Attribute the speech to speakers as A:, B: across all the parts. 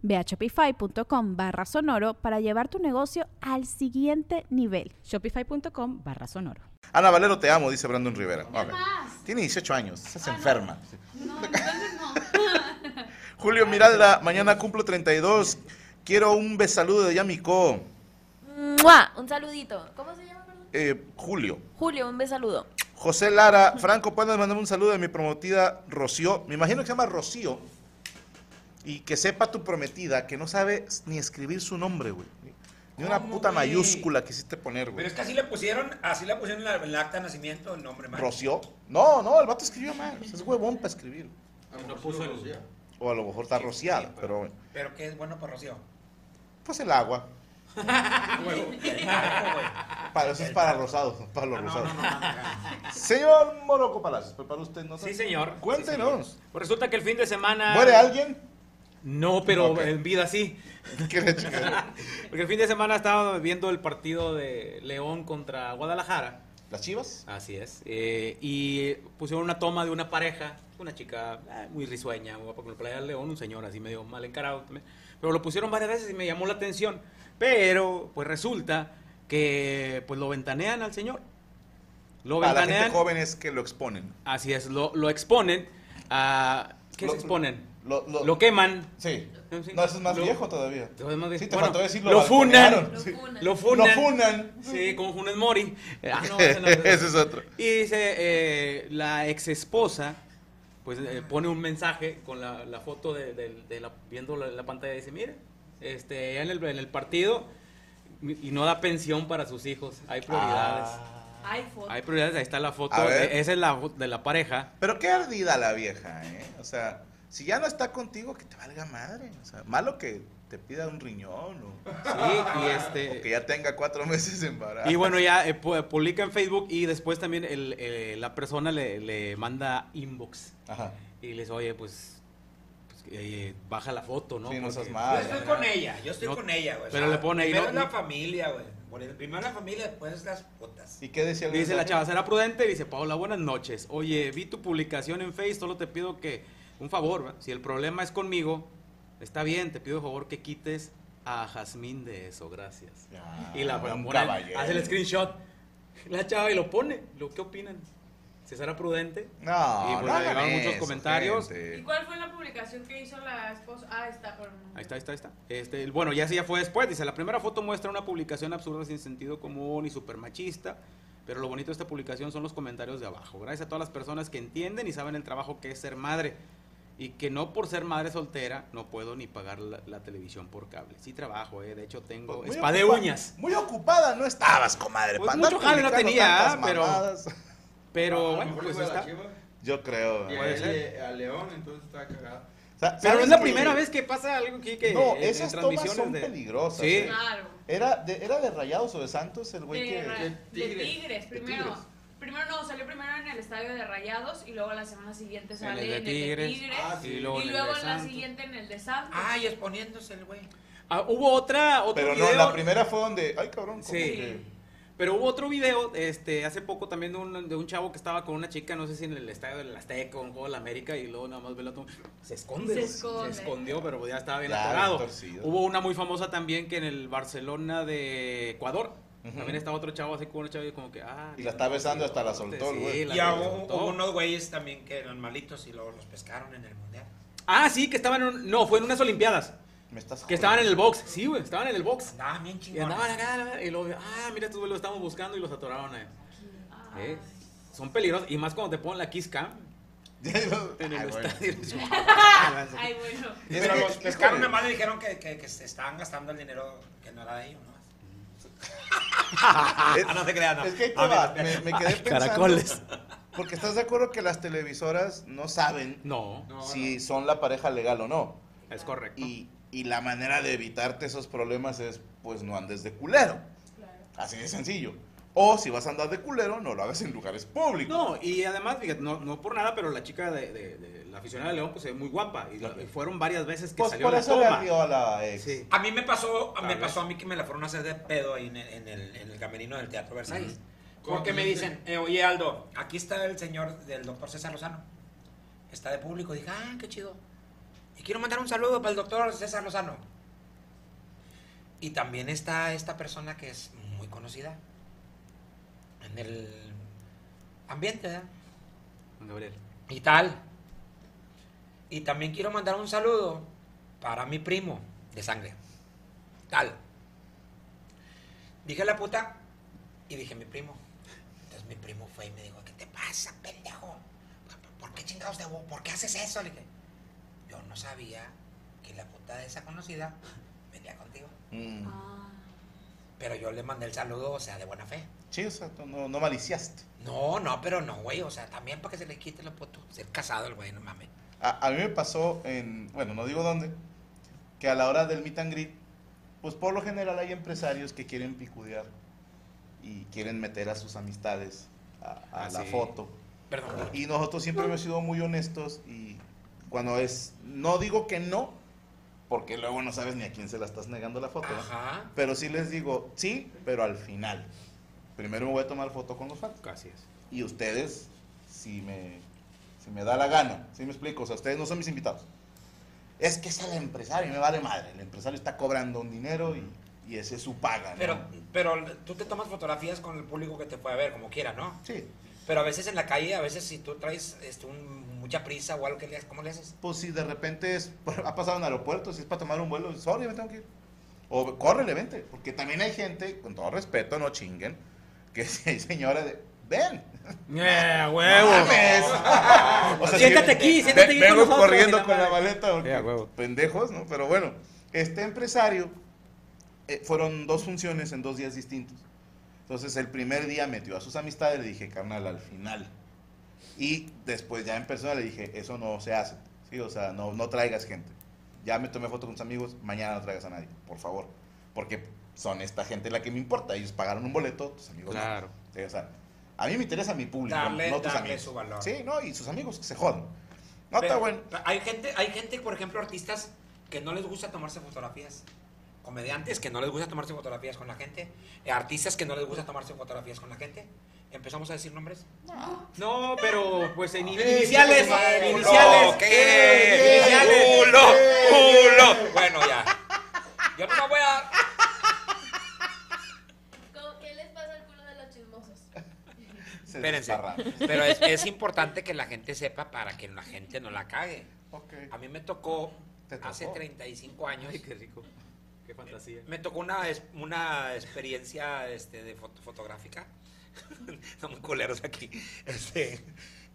A: Ve a shopify.com barra sonoro para llevar tu negocio al siguiente nivel.
B: Shopify.com barra sonoro.
C: Ana Valero, te amo, dice Brandon Rivera. Okay. Tiene 18 años, estás enferma.
D: No, entonces no.
C: Julio Miralda, mañana cumplo 32. Quiero un besaludo de Yamiko.
D: ¡Mua! Un saludito. ¿Cómo se llama? perdón?
C: Eh, Julio.
D: Julio, un besaludo.
C: José Lara, Franco, puedes mandarme un saludo de mi promotida Rocío. Me imagino que se llama Rocío. Y que sepa tu prometida que no sabe ni escribir su nombre, güey. Ni una
E: ¿Cómo,
C: puta
E: güey?
C: mayúscula quisiste poner,
E: Pero
C: güey.
E: es que así le pusieron, así le pusieron en la- en el acta de nacimiento el nombre, man.
C: ¿Roció? No, no, el vato escribió mal. O sea, Es huevón para escribir.
F: No puso el...
C: O a lo mejor está rociada, pero bueno.
E: Pero que es bueno para Rocío.
C: Pues el agua. Para eso es para rosados, para
F: Ah,
C: los rosados. Señor Moroco Palacios, ¿preparó usted nota?
F: Sí, señor.
C: Cuéntenos.
F: Sí, señor. Pues resulta que el fin de semana...
C: ¿Muere alguien?
F: No, pero
C: Ok.
F: en vida sí.
C: ¿Qué le chinga?
F: Porque el fin de semana estaba viendo el partido de León contra Guadalajara.
C: ¿Las chivas?
F: Así es. Eh, y pusieron una toma de una pareja, una chica eh, muy risueña, guapa con el playa del León, un señor así medio mal encarado también. Pero lo pusieron varias veces y me llamó la atención. Pero, pues resulta que pues lo ventanean al señor. Lo
C: Para la gente
F: ventanean.
C: joven es que lo exponen.
F: Así es, lo, lo exponen a. ¿Qué
C: Lo-
F: se exponen?
C: Lo, lo-
F: Lo queman.
C: Sí. No,
F: Sí.
C: eso es más
F: Lo-
C: viejo todavía.
F: Lo demás de-
C: Sí, te
F: bueno,
C: faltó decir
F: lo funan.
C: balconearon.
D: Lo
C: Sí.
D: funan.
F: Lo
C: Lo
F: funan.
C: funan.
F: Sí, con Funes Mori. Eh, ah, no, ese no, ese no.
C: Ese es otro.
F: Y dice, eh, la ex esposa, pues eh, pone un mensaje con la, la foto de, de- de la, viendo la, la pantalla y dice, mire, este, ella en el, en el partido y no da pensión para sus hijos, hay prioridades.
C: Ah.
D: Ay, foto.
F: Hay prioridades, ahí está la foto,
C: A ver.
F: eh, esa es la fo- de la pareja.
C: Pero qué ardida la vieja, ¿eh? O sea, si ya no está contigo, que te valga madre. O sea, malo que te pida un riñón o,
F: Sí, y
C: o que
F: este...
C: ya tenga cuatro meses de embarazo.
F: Y bueno, ya eh, pu- publica en Facebook y después también el, eh, la persona le, le manda inbox.
C: Ajá.
F: Y les oye, pues, pues, eh, baja la foto, ¿no?
C: Sí, no seas
F: Porque-
C: malo.
E: Yo
C: Ah,
E: estoy
C: ya.
E: con ella, yo estoy
F: No,
E: con ella, güey.
F: pero le pone ahí,
E: Primero
F: ¿no?
E: es la familia, güey. Por- Primero la familia, después las putas.
C: ¿Y qué decía el
F: Dice la
C: mensaje?
F: chava, será prudente. Dice, Paola, buenas noches. Oye, vi tu publicación en Face, solo te pido que, un favor, ¿va? si el problema es conmigo, está bien, te pido por favor que quites a Jazmín de eso, gracias.
C: Ah,
F: y la
C: un
F: pone-
C: caballero.
F: hace el screenshot, la chava y lo pone. Lo, ¿Qué opinan? ¿Se será prudente?
C: No,
F: Y
C: no
F: pues le
C: hagan
F: llegaron muchos
C: eso,
F: comentarios.
C: gente.
D: ¿Y cuál fue la publicación que hizo la esposa? Ah, está por...
F: Ahí está, ahí está, ahí está. Este, bueno, ya sí, ya fue después. Dice, la primera foto muestra una publicación absurda sin sentido común y super machista. Pero lo bonito de esta publicación son los comentarios de abajo. Gracias a todas las personas que entienden y saben el trabajo que es ser madre. Y que no por ser madre soltera no puedo ni pagar la, la televisión por cable. Sí trabajo, eh. De hecho tengo
C: Pues muy
F: espada de
C: ocupa-
F: uñas.
C: Muy ocupada no estabas, comadre.
F: Pues
C: pa' andar
F: mucho jale no
C: publicando
F: tenía,
C: tantas
F: ah, pero-
C: mamadas. Ah,
F: Pero
G: Ah, A lo
F: bueno,
G: mejor
F: pues
G: le fue a la
F: está.
G: Chivas.
C: Yo creo.
G: Y
F: Puede
G: él
F: ser.
G: le- a León, entonces está cagado.
C: Sa-
F: Pues, Pero no
C: ¿sabes
F: es la
C: qué?
F: primera vez que pasa algo aquí que
C: No,
F: en- en
C: esas tomas son
F: de-
C: peligrosas.
F: Sí.
C: ¿eh?
D: Claro.
C: Era de, era de Rayados o de Santos el güey
D: de,
C: que.
D: Ra-
G: de
D: de tigres,
G: Tigres, de
D: primero.
G: Tigres.
D: Primero no, salió primero en el estadio de Rayados y luego la semana siguiente
F: en
D: sale
F: el de Tigres.
G: Ah, sí.
F: Y
D: y
F: luego
D: luego,
F: en el de
D: la
F: Santos.
D: siguiente en el de Santos.
E: Ay, exponiéndose el güey.
F: Ah, hubo otra, otro
C: Pero no,
F: video.
C: la primera fue donde. Ay, cabrón. como
F: Sí.
C: que-
F: Pero hubo otro video, este, hace poco también de un, de un chavo que estaba con una chica, no sé si en el estadio del Azteca o en Juego de la América, y luego nada más ve la toma. Se esconde.
D: Se
F: güey.
D: esconde.
F: escondió, pero ya estaba bien
C: Ya,
F: atorado.
C: bien torcido.
F: Hubo una muy famosa también que en el Barcelona de Ecuador.
C: Ujú.
F: También estaba otro chavo así con una chava y como que, ah.
C: Y la está besando hasta la soltó el
F: Sí,
C: güey.
F: la-
E: Y
F: la
E: hubo,
F: soltó.
E: hubo unos güeyes también que eran malitos y luego los pescaron en el mundial.
F: Ah, sí, que estaban en un- No, fue en unas Olimpiadas.
C: Me estás
F: Que estaban en el box. Sí, güey, estaban en el box.
E: Andaban bien
F: Y
E: chingones.
F: andaban acá, y luego, ah, mira, estos güeyes los estamos buscando y los atoraron ahí.
D: Ay.
F: ¿Eh? son peligrosas. Y más cuando te ponen la Kiss Cam en el
C: Ay, bueno.
F: estadio.
D: Ay, bueno.
C: Es
E: Pero
C: que-
E: los
C: híjole.
E: pescaron nomás le dijeron que, que, que se estaban gastando el dinero que no era de ellos, ¿no? Ah, no te creas, no.
C: Es que ahí te
E: Ah,
C: va,
E: mira,
C: me,
E: mira.
C: me quedé pensando.
F: caracoles.
C: Porque estás de acuerdo que las televisoras no saben
F: No,
G: No,
C: si son la pareja legal o no.
F: es correcto.
C: Y, y la manera de evitarte esos problemas es, pues no andes de culero. Así de sencillo. O si vas a andar de culero, no lo hagas en lugares públicos.
F: No, y además, fíjate, no, no por nada, pero la chica de, de- de la aficionada de León, pues es muy guapa. Y, la- y fueron varias veces que
C: pues
F: salió
C: por
F: a la
C: eso le
F: toma.
C: dio a la ex.
F: Sí.
E: A mí me pasó, a-
F: A
E: me
F: ver.
E: pasó a mí que me la fueron a hacer de pedo ahí en el, en el, en el camerino del Teatro Versalles.
G: Ujú.
E: Porque me
G: Ujú.
E: dicen, eh, oye Aldo, aquí está el señor del doctor César Lozano. Está de público. Dije, ah, qué chido. Y quiero mandar un saludo para el doctor César Lozano. Y también está esta persona que es muy conocida en el ambiente, ¿verdad?
F: Gabriel.
E: y tal. Y también quiero mandar un saludo para mi primo de sangre. Tal. Dije la puta y dije mi primo. Entonces mi primo fue y me dijo, ¿qué te pasa, pendejo? ¿Por qué chingados de vos? ¿Por qué haces eso? Le dije, yo no sabía que la puta de esa conocida venía contigo.
C: Mm.
H: Ah.
E: Pero yo le mandé el saludo, o sea, de buena fe.
C: Sí, exacto, no, no maliciaste.
E: No, no, pero no, güey. O sea, también para que se le quite lo puto. Ser casado el güey, no mames.
C: A, a mí me pasó en, bueno, no digo dónde, que a la hora del meet and greet, pues por lo general hay empresarios que quieren picudear y quieren meter a sus amistades a, a
F: Ah,
C: la
F: sí.
C: foto.
E: Perdón. güey.
C: Y nosotros siempre hemos sido muy honestos y cuando es, no digo que no, porque luego no sabes ni a quién se la estás negando la foto, ¿no?
E: Ajá.
C: pero sí les digo, sí, pero al final. Primero me voy a tomar foto con los fans.
F: Casi es.
C: Y ustedes, si me, si me da la gana, si me explico, o sea, ustedes no son mis invitados. Es que es el empresario, me vale madre. El empresario está cobrando un dinero y, y ese es su paga, ¿no?
E: Pero, pero tú te tomas fotografías con el público que te puede ver, como quiera, ¿no?
C: sí,
E: Pero a veces en la calle, a veces si tú traes este, un- mucha prisa o algo que le haces, ¿cómo le haces?
C: pues si de repente es- ha pasado en aeropuertos, si es para tomar un vuelo, sorry, me tengo que ir. O córrele, vente. Porque también hay gente, con todo respeto, no chinguen, que sí hay señora de, ven.
F: ¡Eh,
C: mames. O sea,
F: Siéntate
C: sí,
F: aquí,
C: Ve-
F: siéntate aquí. con
C: Vengo
F: nosotros,
C: corriendo
F: y
C: con la
F: madre.
C: maleta. porque
F: Sí, a huevo.
C: Pendejos, ¿no? Pero bueno, este empresario eh, fueron dos funciones en dos días distintos. Entonces, el primer día metió a sus amistades, le dije, carnal, al final. Y después, ya en persona, le dije, eso no se hace. Sí, o sea, no, no traigas gente. Ya me tomé foto con tus amigos, mañana no traigas a nadie, por favor. Porque son esta gente la que me importa. Ellos pagaron un boleto, tus amigos. no.
F: Claro.
C: Sí, o sea, a mí me interesa mi público,
E: Darle-
C: no tus
E: darle
C: amigos.
E: su valor.
C: Sí, no, y sus amigos que se jodan. No, está
E: Pero-
C: bueno.
E: pero Hay gente, hay gente, por ejemplo, artistas que no les gusta tomarse fotografías. Comediantes que no les gusta tomarse fotografías con la gente. eh, Artistas que no les gusta tomarse fotografías con la gente. ¿Empezamos a decir nombres?
F: No, pero pues en
C: Sí,
F: iniciales,
C: sí, sí, sí.
F: iniciales.
E: Culo, ¿qué?
C: ¡Eh,
E: Iniciales.
C: eh,
E: Culo,
C: eh,
E: culo. Bueno, ya. Yo no me voy a...
I: Como, ¿Qué les pasa al culo de los chismosos?
C: Se
E: Espérense.
C: desparra.
E: Pero es, es importante que la gente sepa para que la gente no la cague.
C: Ok.
E: A mí me tocó,
C: ¿Te tocó?
E: hace 35 años,
F: Ay, qué rico. Qué fantasía.
E: me tocó una, es- una experiencia este, de foto- fotográfica. Son muy culeros aquí. Este,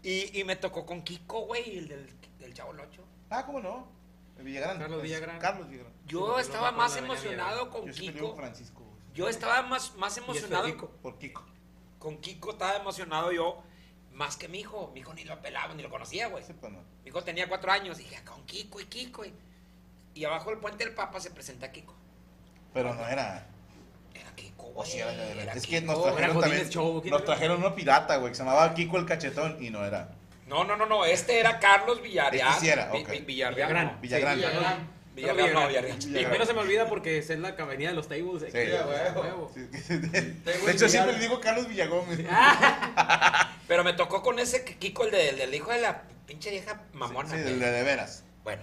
E: y, y me tocó con Kiko, güey, el del, del Chavo Locho.
C: Ah, ¿cómo no? El Villagrán.
F: Carlos
C: Es
F: Villagrán.
C: Carlos Villagrán.
F: Sí,
E: Yo
F: no me
E: estaba
F: acuerdo
E: más
F: de la doña
E: emocionado con
C: Yo siempre le digo
E: Kiko.
C: Francisco. güey.
E: Yo estaba más, más
F: este
E: emocionado
F: Federico.
C: Por Kiko.
E: con Kiko, estaba emocionado yo más que mi hijo. Mi hijo ni lo pelaba, ni lo conocía, güey.
C: Sí, pues, no.
E: Mi hijo tenía cuatro años. Dije, "Ah, con Kiko y Kiko. Y, y abajo del puente del Papa se presenta Kiko.
C: Pero no era.
E: Era Kiko,
C: O
E: güey.
C: Oh, sí, era, era-
E: era
C: Es que
E: Kiko.
C: nos trajeron
F: Godínez
C: también.
F: Show, ¿quién
C: Nos
F: era?
C: trajeron uno pirata, güey, que se llamaba Kiko el Cachetón y no era.
E: No, no, no, no. Este era Carlos Villarreal.
C: Este sí era,
E: Vi-
C: ok.
E: vi- Villarreal.
F: Villagrán.
E: no.
C: Villagrán.
F: Sí, Villagrán.
E: Villarreal, no, Villarreal.
F: Y menos se me olvida porque es en la cabanilla de los tables. eh,
C: Sí.
F: que-
C: Sí,
G: huevo.
F: huevo.
C: Sí, que- De hecho, siempre le digo Carlos Villagón. güey.
E: Pero me tocó con ese Kiko, el, de- el del hijo de la pinche vieja mamona.
C: Sí,
E: güey.
C: de, de veras.
E: Bueno,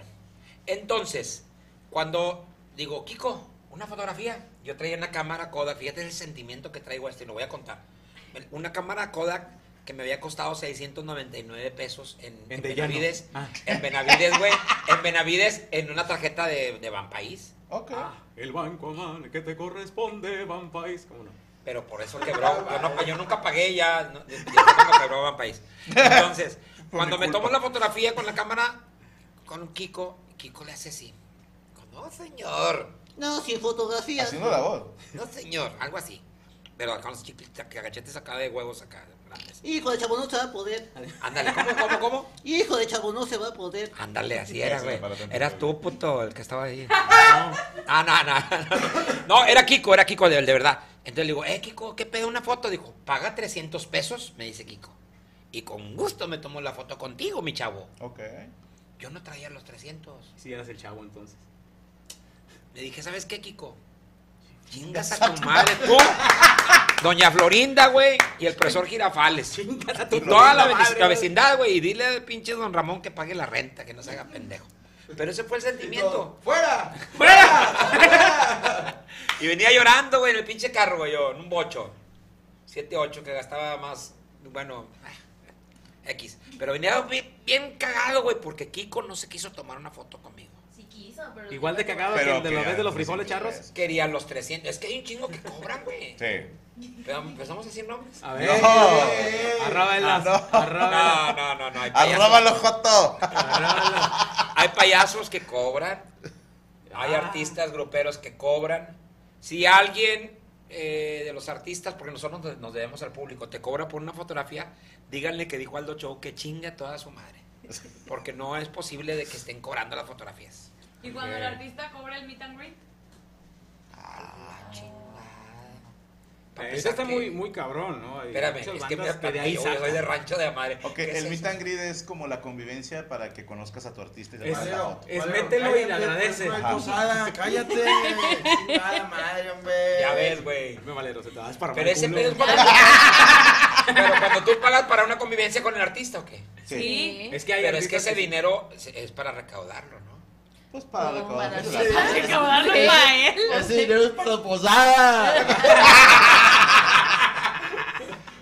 E: entonces, cuando digo, Kiko, una fotografía, yo traía una cámara Kodak, fíjate el sentimiento que traigo a esto y lo voy a contar. Una cámara Kodak que me había costado 699 pesos en,
F: En
E: en
F: Dellano.
E: Benavides,
F: Ah.
E: en Benavides, güey, en Benavides, en una tarjeta de, de Banpaís.
C: Ok.
F: Ah. El banco, man, que te corresponde, Van País. ¿Cómo no?
E: pero por eso quebró. Yo, no- yo nunca pagué ya, no, desde que me quebró Banpaís. Entonces,
C: Por
E: cuando
C: mi
E: me tomo
C: culpa.
E: la fotografía con la cámara, con Kiko, Kiko le hace así. Digo, No, señor. No, sin fotografía.
C: Haciendo la voz.
E: No, señor, algo así. Pero acá los chiquitos, cachetes acá de huevos acá, grandes.
H: Hijo de chavo, no se va a poder.
E: Ándale, ¿cómo, cómo, cómo?
H: Hijo de chavo, no se va a poder.
E: Ándale, así era,
C: Eso no
E: güey.
C: para tanto.
E: Eras tú, puto, el que estaba ahí. No, no, no. No, No, era Kiko, era Kiko de, de verdad. Entonces le digo, eh, Kiko, ¿qué pedo una foto? Dijo, paga 300 pesos, me dice Kiko. Y con gusto me tomo la foto contigo, mi chavo.
C: Ok.
E: Yo no traía los 300.
F: Si eras el chavo entonces.
E: Le dije, ¿sabes qué, Kiko? Chingas a tu madre, tú. Doña Florinda, güey, y el profesor Girafales.
F: Chingas a tu
E: Y toda la,
F: madre,
E: veci- la
F: güey.
E: vecindad, güey. Y dile al pinche don Ramón que pague la renta, que no se haga pendejo. Pero ese fue el sentimiento.
G: ¡Fuera!
E: Y venía llorando, güey, en el pinche carro, güey, yo, en un bocho. 7-8, que gastaba más, bueno, ah, X. Pero venía bi- bien, cagado, güey, porque Kiko no se quiso tomar una foto conmigo.
I: Si quiso, pero.
F: Igual de cagado
C: Pero
F: que el de los
C: que-
F: ves de los frijoles charros.
E: Quería los 300. Es que hay un chingo que cobran, güey.
C: Sí.
E: Pero empezamos a decir nombres.
F: A ver.
C: No.
F: Arroba el as. Arroba
E: Ah, No, no, no, no. Hay
C: Arroba
E: payasos,
C: los jotos.
E: hay payasos que cobran. Hay artistas, gruperos que cobran. Si alguien eh, de los artistas, porque nosotros nos- nos debemos al público, te cobra por una fotografía, díganle que dijo Aldo Show que chingue a toda su madre. Porque no es posible de que estén cobrando las fotografías.
D: Y cuando el artista cobra el meet and greet,
E: Ah, chingada. Pa'
F: el as.
E: pensar
F: Ese está
E: Pues que-
F: muy, muy cabrón, ¿no? Hay
E: Espérame,
F: muchas
E: es que
F: bandas
E: mira,
F: de ahí
E: yo soy
F: sacan.
E: de rancho de la madre.
C: Ok,
E: ¿Qué es
C: el
E: eso?
C: meet and greet es como la convivencia para que conozcas a tu artista y te
F: Es-
C: mandes la foto.
F: es mételo y le agradece.
C: Ajá.
G: Posada, cállate. Chingada madre, hombre.
E: Ya ves, güey.
F: Me valero, se te vas para
E: Pero ese pedo es cuando- Pero cuando tú pagas para una convivencia con el artista, ¿o qué?
C: Sí.
D: sí.
F: Es que hay
E: Pero es que
F: artistas
E: ese dinero se- es para recaudarlo, ¿no?
C: Pues para
I: No,
C: recordar.
I: para-
D: Hay que cobrarlo para él.
G: Ese dinero es para posada.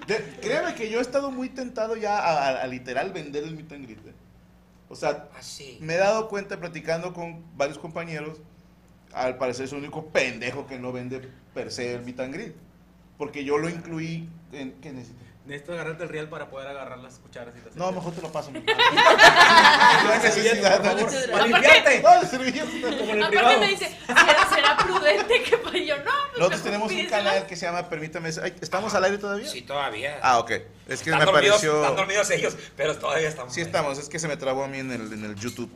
C: De- créeme que yo he estado muy tentado ya a, a- a literal vender el meet and greet. eh. O sea,
E: Así.
C: me he dado cuenta platicando con varios compañeros, al parecer es el único pendejo que no vende per se el meet and greet. Porque yo lo incluí en... ¿qué necesito?
F: Necesito agarrarte el real para poder agarrar las cucharas y las
C: No, mejor te lo paso. mi padre. No hay necesidad.
F: Por favor, para
C: dale.
F: limpiarte.
C: No, servilleta.
F: Como en el
D: Aparte
F: privado.
D: me dice, ¿será, será prudente que pues yo no? pues,
C: Nosotros
D: mejor
C: tenemos un
D: pídesela".
C: canal que se llama Permítame... Ay, ¿Estamos al aire todavía?
E: Sí, todavía.
C: Ah, ok. Es que
E: Están
C: me
E: dormidos-
C: pareció...
E: Están dormidos ellos, pero todavía estamos.
C: Sí
E: ahí.
C: estamos, es que se me trabó a mí en el, en el YouTube.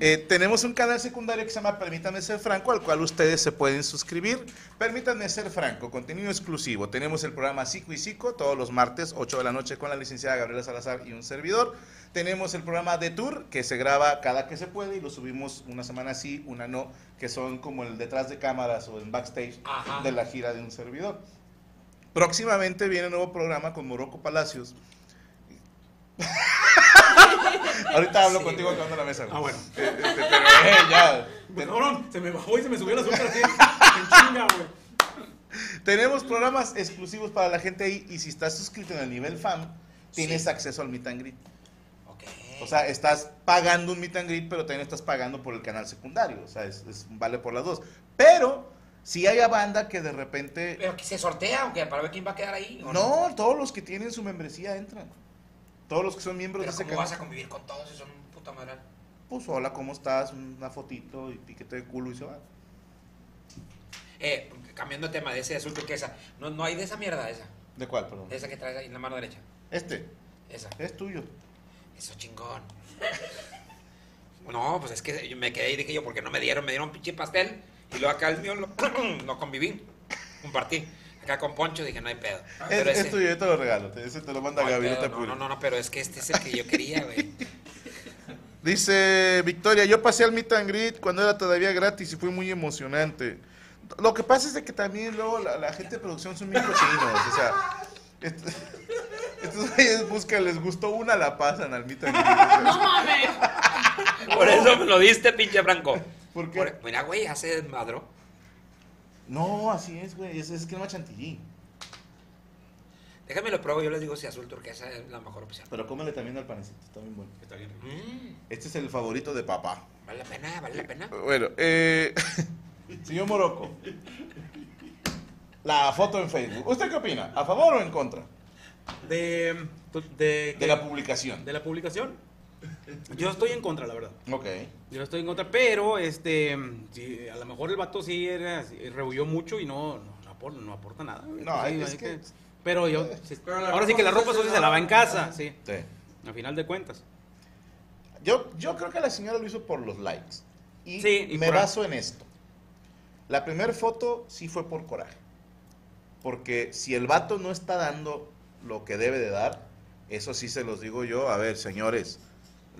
C: Eh, tenemos un canal secundario que se llama Permítanme Ser Franco, al cual ustedes se pueden suscribir. Permítanme Ser Franco, contenido exclusivo. Tenemos el programa Psico y Psico todos los martes, 8 de la noche, con la licenciada Gabriela Salazar y un servidor. Tenemos el programa de Tour, que se graba cada que se puede y lo subimos una semana sí, una no, que son como el detrás de cámaras o en backstage
E: Ajá.
C: de la gira de un servidor. Próximamente viene un nuevo programa con Morocco Palacios. Ahorita hablo
E: Sí,
C: contigo
E: güey.
C: acabando la mesa. güey.
F: Ah, bueno.
C: Eh, este, pero, eh, ya.
F: Pues, cabrón, se me bajó y se me subió el azúcar así. En chinga, güey.
C: Tenemos programas exclusivos para la gente ahí y si estás suscrito en el nivel fan, tienes
E: Sí.
C: acceso al meet and greet.
E: Ok.
C: O sea, estás pagando un meet and greet, pero también estás pagando por el canal secundario. O sea, es, es- vale por las dos. Pero si hay a banda que de repente...
E: Pero que se sortea, aunque para ver quién va a quedar ahí. ¿o
C: No, todos los que tienen su membresía entran. Todos los que son miembros
E: Pero
C: de ese
E: ¿cómo
C: canal.
E: vas a convivir con todos si son un puta madre?
C: Pues hola, ¿cómo estás? Una fotito y piquete de culo y se va.
E: Eh, cambiando de tema, de ese azul turquesa. No, no hay de esa mierda, esa.
C: ¿De cuál, perdón?
E: De esa que traes ahí en la mano derecha.
C: Este,
E: Esa.
C: es tuyo.
E: Eso chingón. No, pues es que yo me quedé y dije yo, porque no me dieron? Me dieron pinche pastel y luego acá el mío lo, lo conviví, compartí. Acá con Poncho dije, no hay pedo.
C: Es,
E: Ah, Pero
C: Ah, es
E: ese-
C: tuyo, yo te lo regalo. te- Ese te lo manda
E: no hay
C: Gaby, no
E: pedo,
C: te
E: no,
C: apures.
E: no, no, no, pero es que este es el que yo quería, güey.
C: Dice Victoria, yo pasé al meet and greet cuando era todavía gratis y fue muy emocionante. Lo que pasa es de que también luego la, la gente de producción son bien cochinos, o sea, est- estos güeyes buscan, les gustó una, la pasan al meet and greet. o
D: No
C: sea,
D: mames.
E: Por eso me lo diste, pinche Franco.
C: ¿Por qué?
E: Por- e-, mira, güey, hace desmadro.
C: No, así es, güey, es, es crema chantilly.
E: Déjame lo pruebo, yo les digo si azul turquesa es la mejor opción.
C: Pero cómele también al panecito, está bien bueno.
F: Está bien.
E: Mm,
C: Este es el favorito de papá.
E: vale la pena, vale la pena.
C: Bueno, eh, señor Morocco. la foto en Facebook. ¿Usted qué opina? ¿A favor o en contra
F: De, de,
C: de la publicación?
F: de la publicación. Yo estoy en contra, la verdad.
C: Ok.
F: Yo estoy en contra, pero este, sí, a lo mejor el vato sí era, sí, rehuyó mucho y no, no, no apor- no aporta, nada.
C: No,
F: Sí,
C: es
F: hay
C: que-
F: Pero yo, sí,
G: Pero la
F: ahora sí que la
G: ropa
F: ropa sucia
G: sucia
F: se lava en
G: no.
F: casa, sí,
C: Sí.
F: a final de cuentas.
C: Yo, yo creo que la señora lo hizo por los likes. Y,
F: Sí, y
C: me
F: por-
C: baso en esto. La primera foto sí fue por coraje. Porque si el vato no está dando lo que debe de dar, eso sí se los digo yo. A ver, señores,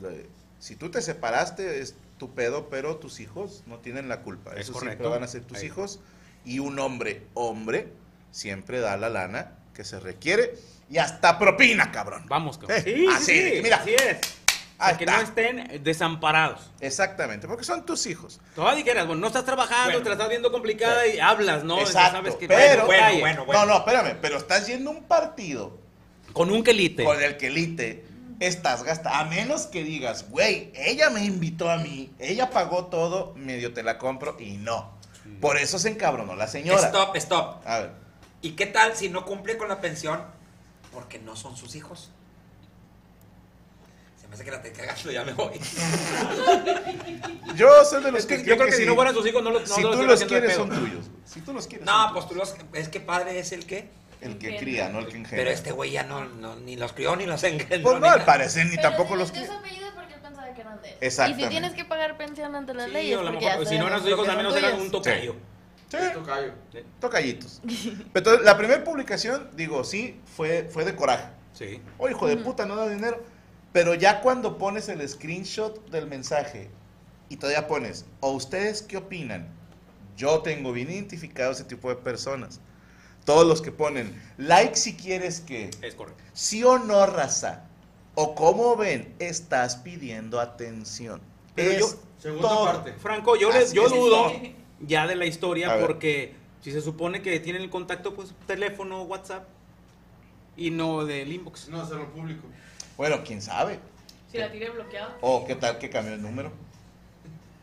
C: le- si tú te separaste es tu pedo, pero tus hijos no tienen la culpa.
F: Es
C: Eso siempre
F: correcto.
C: van a ser tus
F: Ahí.
C: hijos. Y un hombre, hombre, siempre da la lana que se requiere y hasta propina, cabrón.
F: Vamos, cabrón.
C: Eh, así, mira.
F: así es.
C: Ahí
F: Para que
C: está.
F: no estén eh, desamparados.
C: Exactamente, porque son tus hijos.
F: Todavía dijeras, bueno, no estás trabajando,
E: Bueno.
F: te la estás viendo complicada y hablas, ¿no? Ya
C: Exacto,
F: sabes que
C: pero-
F: bueno,
E: Bueno, bueno, bueno.
C: No, no, espérame, pero estás yendo a un partido
F: con un quelite.
C: con el que elite estás gasta a menos que digas, güey, ella me invitó a mí, ella pagó todo, medio te la compro y no. Por eso se encabronó la señora.
E: Stop, stop.
C: A ver,
E: ¿Y qué tal si no cumple con la pensión? Porque no son sus hijos. Se me hace que la te cagando, ya me voy.
C: yo soy de los
F: Es
C: que,
F: que yo
C: creen
F: creo que
C: que
F: si no fueran sus hijos, no los no
C: si
F: los
C: tú
F: estoy
C: los
F: haciendo de
C: quieres
F: pedo.
C: son tuyos. güey. Si tú los quieres.
E: No,
C: son
E: pues tú los. Es que padre es el que.
C: tuyos. el que cría, no el que engendra.
E: Pero este güey ya no, no- ni los crió ni los engendró.
C: pues
E: ni
C: no, al
E: nada.
C: parecer ni
I: Pero
C: tampoco
I: si
C: los
I: les dio
C: cría.
I: su apellido es porque él pensaba que eran de él.
C: Exactamente.
I: Y si tienes que pagar pensión ante las
F: Sí,
I: leyes,
F: o a lo
I: porque
F: mejor- pues,
I: ya
F: si no eran
I: sabemos
F: sus hijos,
I: que son
F: al menos eran
I: tuyos.
F: un tocayo.
C: Sí.
G: Tocayo.
C: Tocallitos. Pero la primera publicación, digo, sí, fue, fue de coraje.
F: Sí.
C: Oh, hijo de puta, no da dinero. Pero ya cuando pones el screenshot del mensaje y todavía pones, ¿o ustedes qué opinan? Yo tengo bien identificado ese tipo de personas. Todos los que ponen, like si quieres que,
F: Es correcto.
C: sí o no, raza. O como ven, estás pidiendo atención.
F: Pero
C: Es
F: yo-
G: Segunda
C: todo.
G: parte.
F: Franco, yo, les,
C: Así
F: yo
C: es.
F: dudo ya de la
C: A
F: historia
C: ver.
F: porque si se supone que tienen el contacto, pues teléfono, WhatsApp y no del inbox.
G: No, se lo público.
C: Bueno, quién sabe.
D: Si la tiene bloqueado.
C: O qué tal que cambió el número.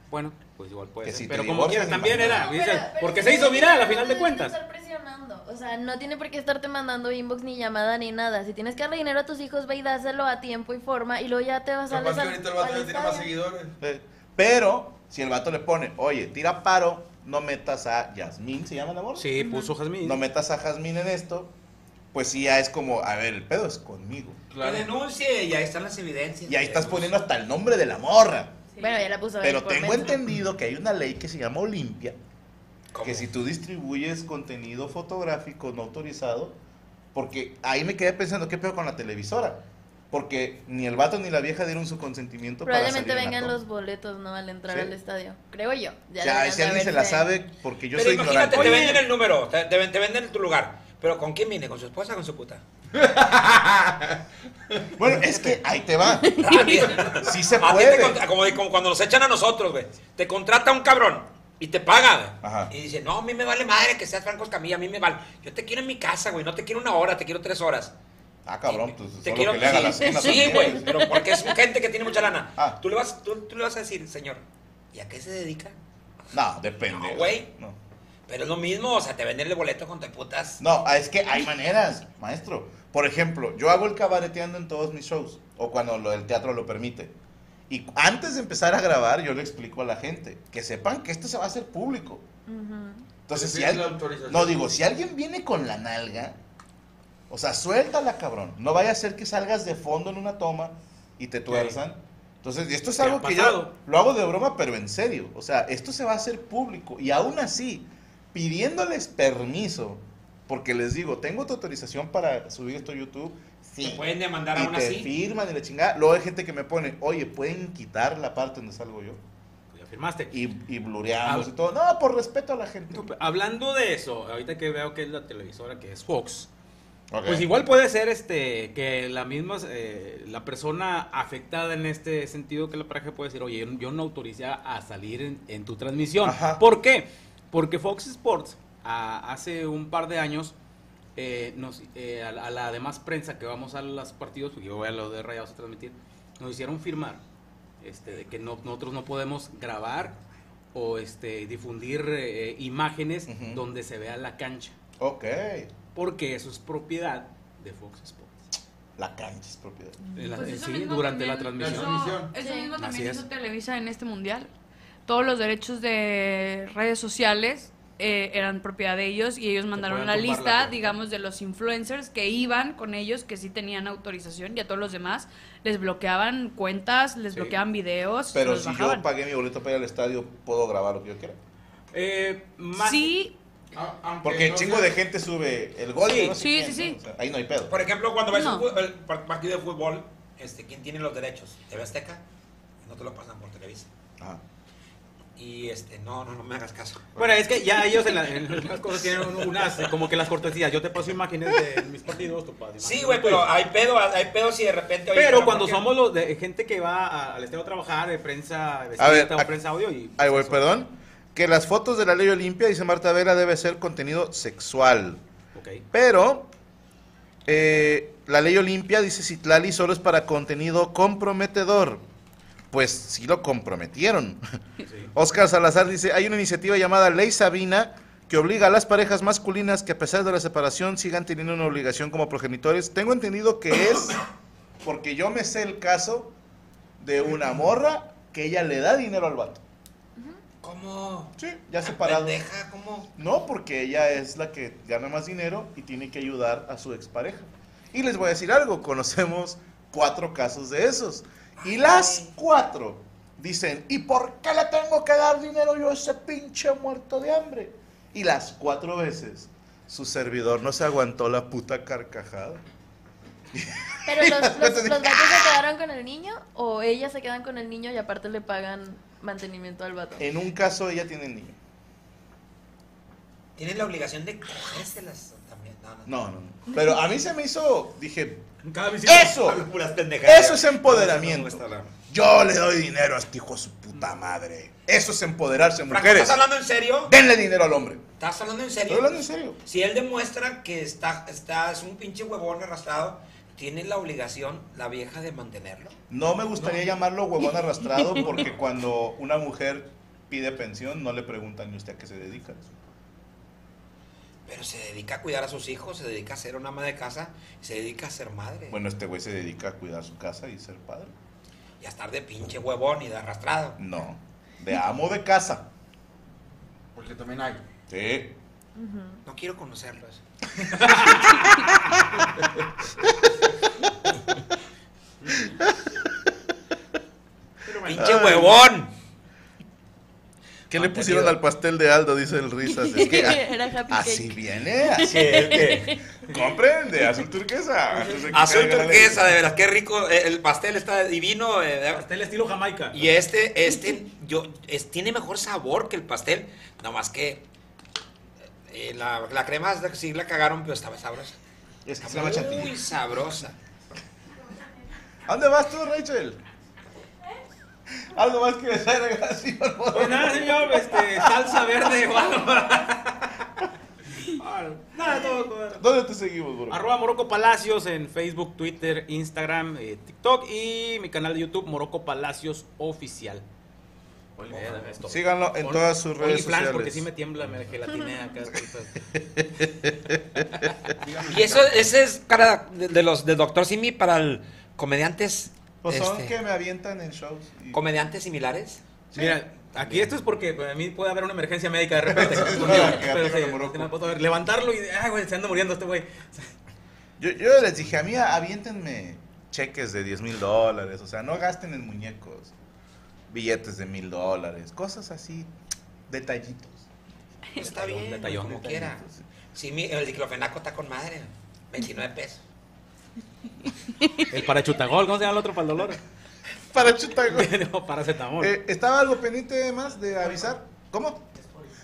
F: Bueno, pues igual puede
C: Que
F: ser.
C: si te
F: pero como
C: divorcias,
F: quieras, también
C: imagínate.
F: era.
I: No,
F: Ah, dices,
I: pero- pero
F: porque
I: si
F: se
I: no
F: hizo
I: tiene
F: viral a
I: que-
F: final de
I: no
F: cuentas.
I: tiene que estar presionando. O sea, no tiene por qué estarte mandando inbox ni llamada ni nada. Si tienes que darle dinero a tus hijos, ve y dáselo a tiempo y forma y luego ya te vas a
G: Capaz que ahorita el vato ya tiene más seguidores.
C: Eh, Pero si el vato le pone, oye, tira paro, no metas a Yasmín, ¿se llama el amor?
F: Sí, puso Jazmín.
C: no metas a Jazmín en esto, pues sí, ya es como, a ver, el pedo es conmigo.
E: Que denuncie y ahí están las evidencias.
C: Y ahí estás
E: Denuncie.
C: poniendo hasta el nombre de la morra.
I: Bueno, ya la puso.
C: Pero
I: él por
C: tengo
I: mensa.
C: entendido que hay una ley que se llama Olimpia,
E: ¿Cómo?
C: que si tú distribuyes contenido fotográfico no autorizado, porque ahí me quedé pensando, ¿qué pedo con la televisora? Porque ni el vato ni la vieja dieron su consentimiento
I: Probablemente
C: para salir en la
I: vengan
C: toma.
I: los boletos, ¿no? Al entrar
C: Sí.
I: al estadio. Creo yo.
C: O sea, si alguien se la sabe, porque yo
E: Pero
C: soy ignorante.
E: imagínate, te venden el número, te, te ven- te venden tu lugar. Pero ¿con quién viene? ¿Con su esposa o con su puta?
C: Bueno, es que ahí te va. Ah, Sí se
E: A ti
C: puede.
E: te contra- como, como cuando nos echan a nosotros, güey. Te contrata un cabrón y te paga. güey.
C: Ajá.
E: Y dice, no, a mí me vale madre que seas Franco Escamilla, a mí me vale. Yo te quiero en mi casa, güey. No te quiero una hora, te quiero tres horas.
C: Ah, cabrón, pues
E: te
C: solo
E: quiero
C: que le haga la
E: sí,
C: cena
E: sí,
C: también.
E: güey. Pero porque es gente que tiene mucha lana.
C: Ah.
E: Tú, le vas, tú, tú le vas a decir, señor, ¿y a qué se dedica?
C: No, depende.
E: No, güey.
C: No.
E: Pero es lo mismo, o sea, te venden el boleto con te putas.
C: No, ah, es que hay maneras, maestro. Por ejemplo, yo hago el cabareteando en todos mis shows, o cuando lo- el teatro lo permite. Y cu- antes de empezar a grabar, yo le explico a la gente que sepan que esto se va a hacer público. Entonces,
G: Te
C: si
G: piden la
C: alguien,
G: autorización.
C: no digo, si alguien viene con la nalga, o sea, suéltala, cabrón. No vaya a ser que salgas de fondo en una toma y te tuerzan. Entonces, esto es
F: ¿Te ha
C: algo que
F: pasado?
C: yo lo hago de broma, pero en serio. O sea, esto se va a hacer público. Y aún así, pidiéndoles permiso, porque les digo, tengo tu autorización para subir esto a YouTube.
E: Te pueden demandar
C: Y
E: aún
C: te
E: así.
C: firman y la chingada. Luego hay gente que me pone, oye, ¿pueden quitar la parte donde salgo yo?
F: Pues ya firmaste.
C: Y, y blureamos
F: Ah.
C: y todo. No, por respeto a la gente.
F: Tú, Hablando de eso, ahorita que veo que es la televisora que es Fox.
C: Ok.
F: Pues igual puede ser este que la misma eh, la persona afectada en este sentido que la pareja puede decir, oye, yo no autoricé a salir en, en tu transmisión.
C: Ajá.
F: ¿Por qué? Porque Fox Sports a- hace un par de años eh, nos, eh, a, la- a la demás prensa que vamos a los partidos, porque yo voy a los de Rayados a transmitir, nos hicieron firmar este, de que no- nosotros no podemos grabar o este, difundir eh, imágenes
C: Ujú.
F: donde se vea la cancha.
C: Ok.
F: porque eso es propiedad de Fox Sports.
C: La cancha es propiedad.
F: En la-
D: Pues
F: en
D: eso
F: sí,
D: mismo
F: durante la
D: también
F: transmisión.
D: hizo- Eso
I: Sí.
D: mismo
F: Así
D: también
F: es.
D: hizo Televisa en este mundial. Todos los derechos de redes sociales eh, eran propiedad de ellos y ellos mandaron
F: pueden
D: la
F: tumbar la
D: lista,
F: cuenta.
D: digamos, de los influencers que iban con ellos, que sí tenían autorización y a todos los demás les bloqueaban cuentas, les
F: Sí.
D: bloqueaban videos.
C: Pero
D: los
C: si
D: bajaban.
C: yo pagué mi boleto para ir al estadio, puedo grabar lo que yo quiera.
F: Eh, más-
D: Sí,
G: A- Ah, aunque
C: Porque
G: no
C: chingo
G: sea-
C: de gente sube el gol.
E: Sí.
C: y no sé
D: Sí,
C: quién,
D: sí,
C: ¿no?
D: sí.
C: O sea, ahí no hay pedo.
E: Por ejemplo, cuando ves
D: No.
E: un fu- el par- partido de fútbol, este, ¿quién tiene los derechos? TV Azteca, no te lo pasan por Televisa.
C: Ajá.
E: Y este, no, no, no me hagas caso.
F: Bueno, es que ya ellos en, la- en las cosas tienen un- unas, eh, como que las cortesías. Yo te paso imágenes de mis partidos, tú pasas
E: Sí,
F: imágenes
E: güey,
F: de
E: pero
F: tuyos.
E: hay pedo, hay pedo si de repente... oye,
F: Pero cuando
E: ¿por qué?
F: somos los de gente que va a- al estado a trabajar de prensa
C: A ver,
F: escrita o
C: ac-
F: prensa audio y
C: Ay, güey, perdón. Que las fotos de la ley Olimpia, dice Marta Vera, debe ser contenido sexual.
F: Ok.
C: Pero eh, la ley Olimpia dice Citlali solo es para contenido comprometedor. Pues sí lo comprometieron.
F: Sí.
C: Oscar Salazar dice, hay una iniciativa llamada Ley Sabina que obliga a las parejas masculinas que a pesar de la separación sigan teniendo una obligación como progenitores. Tengo entendido que es porque yo me sé el caso de una morra que ella le da dinero al vato.
E: ¿Cómo?
C: Sí, ya separado.
E: Pendeja, ¿cómo?
C: No, porque ella es la que gana más dinero y tiene que ayudar a su expareja. Y les voy a decir algo, conocemos cuatro casos de esos. Y las cuatro dicen, ¿y por qué le tengo que dar dinero yo a ese pinche muerto de hambre? Y las cuatro veces su servidor no se aguantó la puta carcajada.
I: Pero los, los, los vatos se quedaron con el niño o ellas se quedan con el niño y aparte le pagan mantenimiento al vato.
C: En un caso ella tiene niño.
E: Tienen la obligación de cogérselas también. No, no.
C: No, no, no. Pero a mí se me hizo, dije,
F: Cada visita-
C: ¡eso!
E: Puras pendejadas.
C: Eso es empoderamiento. Yo le doy dinero a este hijo de su puta madre. Eso es empoderarse,
E: Franco,
C: mujeres.
E: ¿estás hablando en serio?
C: Denle dinero al hombre.
E: ¿Estás hablando en
C: Estoy
E: serio?
C: hablando en serio.
E: Si él demuestra que está, está, es un pinche huevón arrastrado, tiene la obligación la vieja de mantenerlo.
C: No me gustaría llamarlo huevón arrastrado porque cuando una mujer pide pensión no le preguntan ni usted a qué se dedica.
E: Pero se dedica a cuidar a sus hijos, se dedica a ser una ama de casa, se dedica a ser madre.
C: Bueno, este güey se dedica a cuidar su casa y ser padre.
E: Y a estar de pinche huevón y de arrastrado.
C: No, de amo de casa.
G: Porque también hay.
C: Sí.
E: No quiero conocerlos. ¡Pinche huevón!
C: ¿Qué le pusieron al pastel de Aldo? Dice el Risas. Es que a-
I: Era happy
C: así
I: cake.
C: viene, así es que. Comprende, azul turquesa. antes de que
E: Azul
C: caiga la
E: turquesa,
C: ley.
E: de veras, qué rico. eh, El pastel está divino. eh,
F: Pastel estilo Jamaica.
E: Y este, este, yo, es- tiene mejor sabor que el pastel. Nada más que eh, la, la crema sí la cagaron, pero estaba sabrosa.
C: Es que se llama chantilly.
E: Muy sabrosa.
C: ¿A dónde vas tú, Rachel? Algo más que decir, gracias.
F: Pues nada, señor, este, salsa verde o algo. Ah, Nada, todo. todo.
C: ¿Dónde te seguimos, bro?
F: Arroba Morocco Palacios en Facebook, Twitter, Instagram, eh, TikTok y mi canal de YouTube Morocco Palacios Oficial. Eh, es todo.
C: Síganlo en
F: Only-
C: todas sus redes
F: OnlyFans,
C: sociales.
F: porque sí me tiembla, me gelatinea acá. pues.
C: Ah,
E: Y eso, ese es cara de, de los de Doctor Simi para el comediantes.
C: Pues son
E: este,
C: que me avientan en shows. y-
E: comediantes similares.
F: Mira, aquí esto es porque pues, a mí puede haber una emergencia médica de repente.
C: no,
F: Pero
C: que ya
F: sí,
C: tengo la Morocco.
F: no puedo ver, levantarlo y, ay, güey, se anda muriendo este güey.
C: Yo, yo les dije, a mí aviéntenme cheques de 10 mil dólares. O sea, no gasten en muñecos. Billetes de mil dólares. Cosas así. Detallitos.
E: Está
F: Detallón,
E: bien,
F: detallón,
E: como
F: detallón.
E: quiera. Simi, el diclofenaco está con madre. 29 pesos.
F: El parachutagol, ¿cómo se llama el otro para el dolor?
C: Para chutar. güey.
F: no, paracetamol.
C: Eh, ¿Estaba algo pendiente más de avisar? ¿Cómo?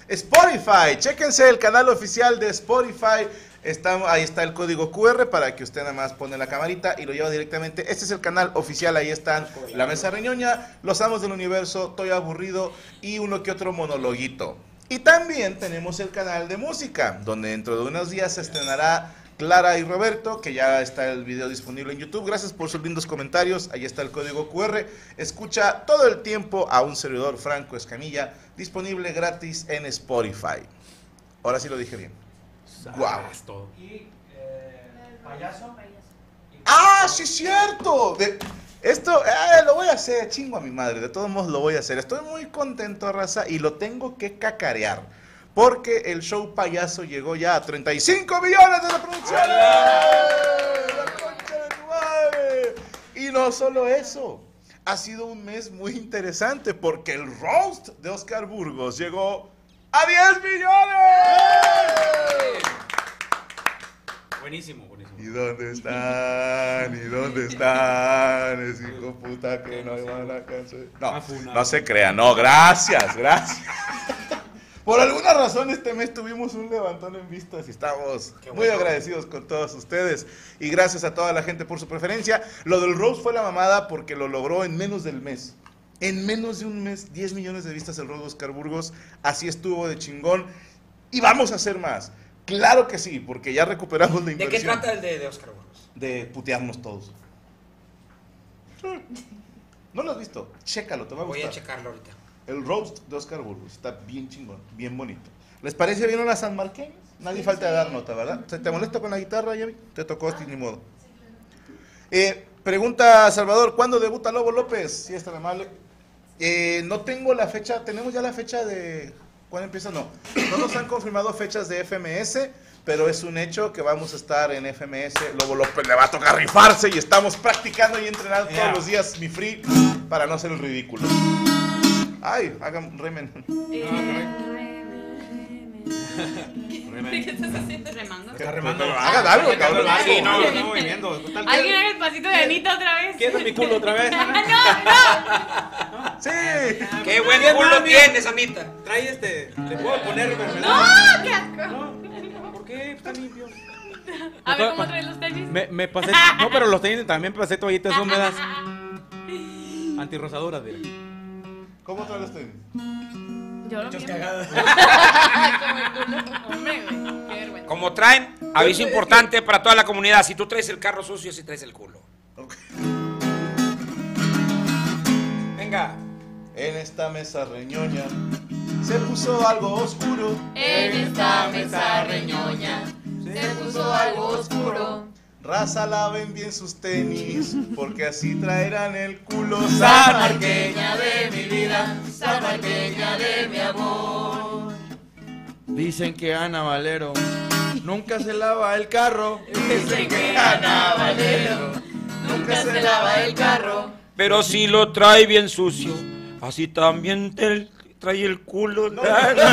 C: Spotify. Chéquense el canal oficial de Spotify. Estamos, ahí está el código QR para que usted nada más pone la camarita y lo lleva directamente. Este es el canal oficial. Ahí están La Mesa Reñoña, Los Amos del Universo, Toy Aburrido y uno que otro monologuito. Y también tenemos el canal de música, donde dentro de unos días se estrenará Clara y Roberto, que ya está el video disponible en YouTube. Gracias por sus lindos comentarios. Ahí está el código QR. Escucha todo el tiempo a un servidor Franco Escamilla, disponible gratis en Spotify. Ahora sí lo dije bien.
F: Ah,
C: Guau.
F: Es todo.
C: ¡Ah, sí es cierto! De- esto eh, lo voy a hacer, chingo a mi madre. De todos modos lo voy a hacer. Estoy muy contento, raza, y lo tengo que cacarear. Porque el show payaso llegó ya a 35 millones de reproducciones. ¡La concha de tu madre! Y no solo eso. Ha sido un mes muy interesante porque el roast de Oscar Burgos llegó a 10 millones.
F: Buenísimo, buenísimo.
C: ¿Y dónde están? ¿Y dónde están? Es hijo puta que no van a cancelar. No, no se crean, no, gracias, gracias. Por alguna razón este mes tuvimos un levantón en vistas y estamos muy agradecidos con todos ustedes. Y gracias a toda la gente por su preferencia. Lo del Rose fue la mamada porque lo logró en menos del mes. En menos de un mes, 10 millones de vistas el Rose de Oscar Burgos. Así estuvo de chingón. Y vamos a hacer más. Claro que sí, porque ya recuperamos la
E: ¿De
C: inversión
E: qué trata el de, de Oscar Burgos?
C: de putearnos todos. No lo has visto. Chécalo, te va a
E: Voy a
C: gustar.
E: checarlo ahorita.
C: El roast de Oscar Burgos está bien chingón, bien bonito. ¿Les parece bien una San Marqueña? Nadie falta de dar nota, ¿verdad? ¿Te- ¿Te molesto con la guitarra, Yami? Te tocó
E: Ah.
C: así, ni modo. Eh, pregunta Salvador, ¿cuándo debuta Lobo López? Si es tan amable. Eh, no tengo la fecha, tenemos ya la fecha de... ¿Cuándo empieza? No. No nos han confirmado fechas de FMS, pero es un hecho que vamos a estar en FMS. Lobo López le va a tocar rifarse y estamos practicando y entrenando
F: Yeah.
C: todos los días, mi free, para no ser el ridículo. Ay, hagan remen.
F: Remando.
D: Remando.
C: Pero-
F: remando.
C: pero hagan algo, cabrón.
F: ah, Sí, no, no, no, movimiento. Total,
D: Alguien haga el pasito de Anita otra vez.
F: ¿Quieres mi culo otra vez?
D: Ah,
C: Sí.
E: ¡Qué buen
F: Bien,
E: culo
F: mami.
E: tienes, Anita!
F: Trae este. Le puedo poner.
D: ¡No!
F: mermelada?
D: ¡Qué asco!
F: No. ¿Por qué? Está limpio.
D: A ver cómo traen los tenis.
F: Me, me pasé. No, pero los tenis también pasé toallitas húmedas. Antirrosaduras, diré.
C: ¿Cómo trae los tenis?
D: Yo lo
E: Muchas
D: mismo.
E: cagadas.
D: Como el culo. Hombre, güey. Qué vergüenza.
E: Como traen, aviso importante para toda la comunidad. Si tú traes el carro sucio, si traes el culo.
C: Ok.
E: Venga.
C: En esta mesa reñoña se puso algo oscuro.
I: En esta mesa reñoña se puso algo oscuro.
C: Raza laven bien sus tenis, porque así traerán el culo
F: San
I: Peña de mi vida, San Marqueña de mi amor.
G: Dicen que Ana Valero nunca se lava el carro.
I: Dicen que Ana Valero nunca se lava el carro.
E: Pero si lo trae bien sucio, así también te trae el culo.
I: Peña de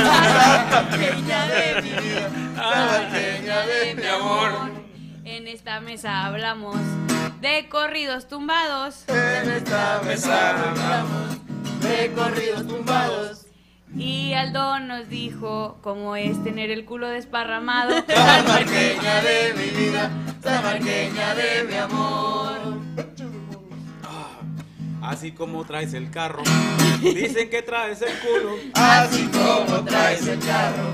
I: mi vida, San Marqueña de mi amor.
D: En esta mesa hablamos de corridos tumbados
G: En esta mesa hablamos
I: De corridos tumbados.
D: y Aldo nos dijo cómo es tener el culo desparramado.
G: San Marqueña de mi vida, San
I: Peña de mi amor.
F: Así como traes el carro. Dicen que traes el culo.
G: Así como traes el carro.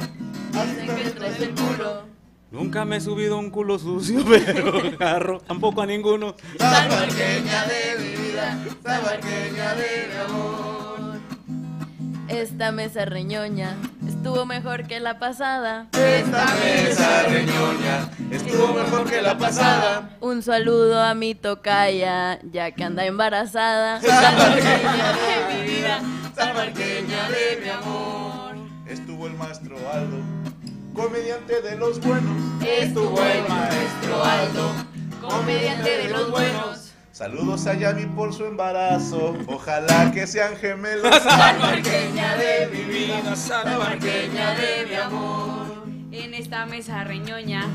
I: Dicen que traes el culo.
F: Nunca me he subido a un culo sucio, pero el carro tampoco a ninguno.
G: San Marqueña de mi vida, San Marqueña de mi amor.
I: Esta mesa reñoña estuvo mejor que la pasada.
G: Esta mesa reñoña estuvo mejor que la pasada.
I: Un saludo a mi tocaya, ya que anda embarazada.
G: San
I: Marqueña
G: Marqueña
I: de mi vida,
G: San Marqueña de mi amor.
C: Estuvo el maestro Aldo, comediante de los buenos.
I: Estuvo el maestro Aldo, comediante de los buenos.
C: Saludos a Yami por su embarazo. Ojalá que sean gemelos.
I: San Marqueña de mi
E: San
I: Marqueña de mi amor.
D: En esta mesa reñoña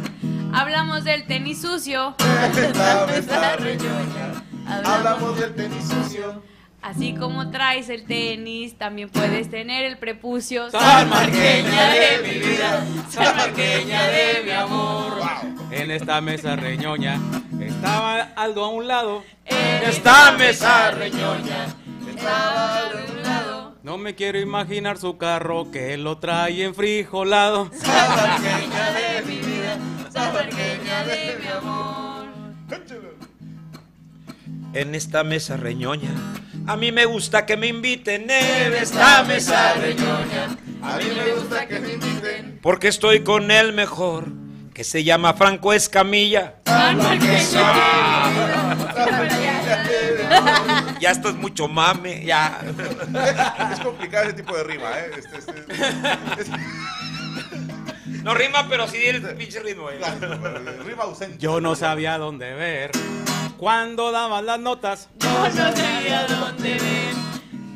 D: hablamos del tenis sucio,
C: Esta mesa reñoña.
I: Hablamos
C: Hablamos del tenis sucio.
D: así como traes el tenis, también puedes tener el prepucio.
F: San
I: Marqueña de
G: mi vida,
D: San Marqueña
G: de mi amor.
F: En esta mesa reñoña estaba Aldo a un lado.
I: en
E: Esta mesa
I: reñoña.
G: Estaba
I: Estaba de un lado.
F: No me quiero imaginar su carro que lo trae en frijolado.
G: San Marqueña de mi
I: vida, San Marqueña de mi amor.
E: En esta mesa reñoña, a mí me gusta que me inviten. En
G: esta mesa reñoña. A mí me gusta que me inviten.
E: Porque estoy con el mejor, que se llama Franco Escamilla. Ya esto es mucho mame, ya.
C: Es complicado ese tipo de rima, ¿eh? Este, este,
E: No rima, pero sí el pinche ritmo. eh.
C: este- rima ausente.
F: Yo no sabía dónde ver. Cuando daban las notas,
D: Yo no sabía dónde ver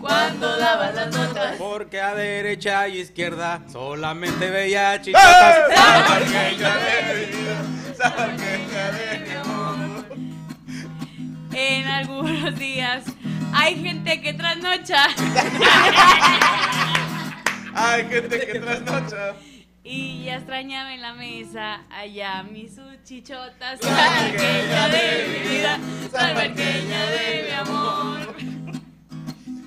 D: cuando dabas las notas.
F: porque a derecha y izquierda solamente veía chichotas.
D: En algunos días hay gente que trasnocha
C: Ay, gente que trasnocha.
D: y ya extrañaba en la mesa allá mis chichotas. Salvarqueña de mi vida, salvarqueña de mi amor.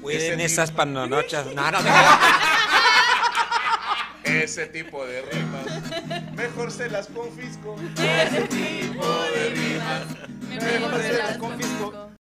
E: Cuiden
C: Ese
E: Pues esas
C: tipo-
E: panonochas. No, no, no.
C: Ese tipo de rimas. Mejor se las confisco.
D: Ese tipo de rimas mejor se las confisco.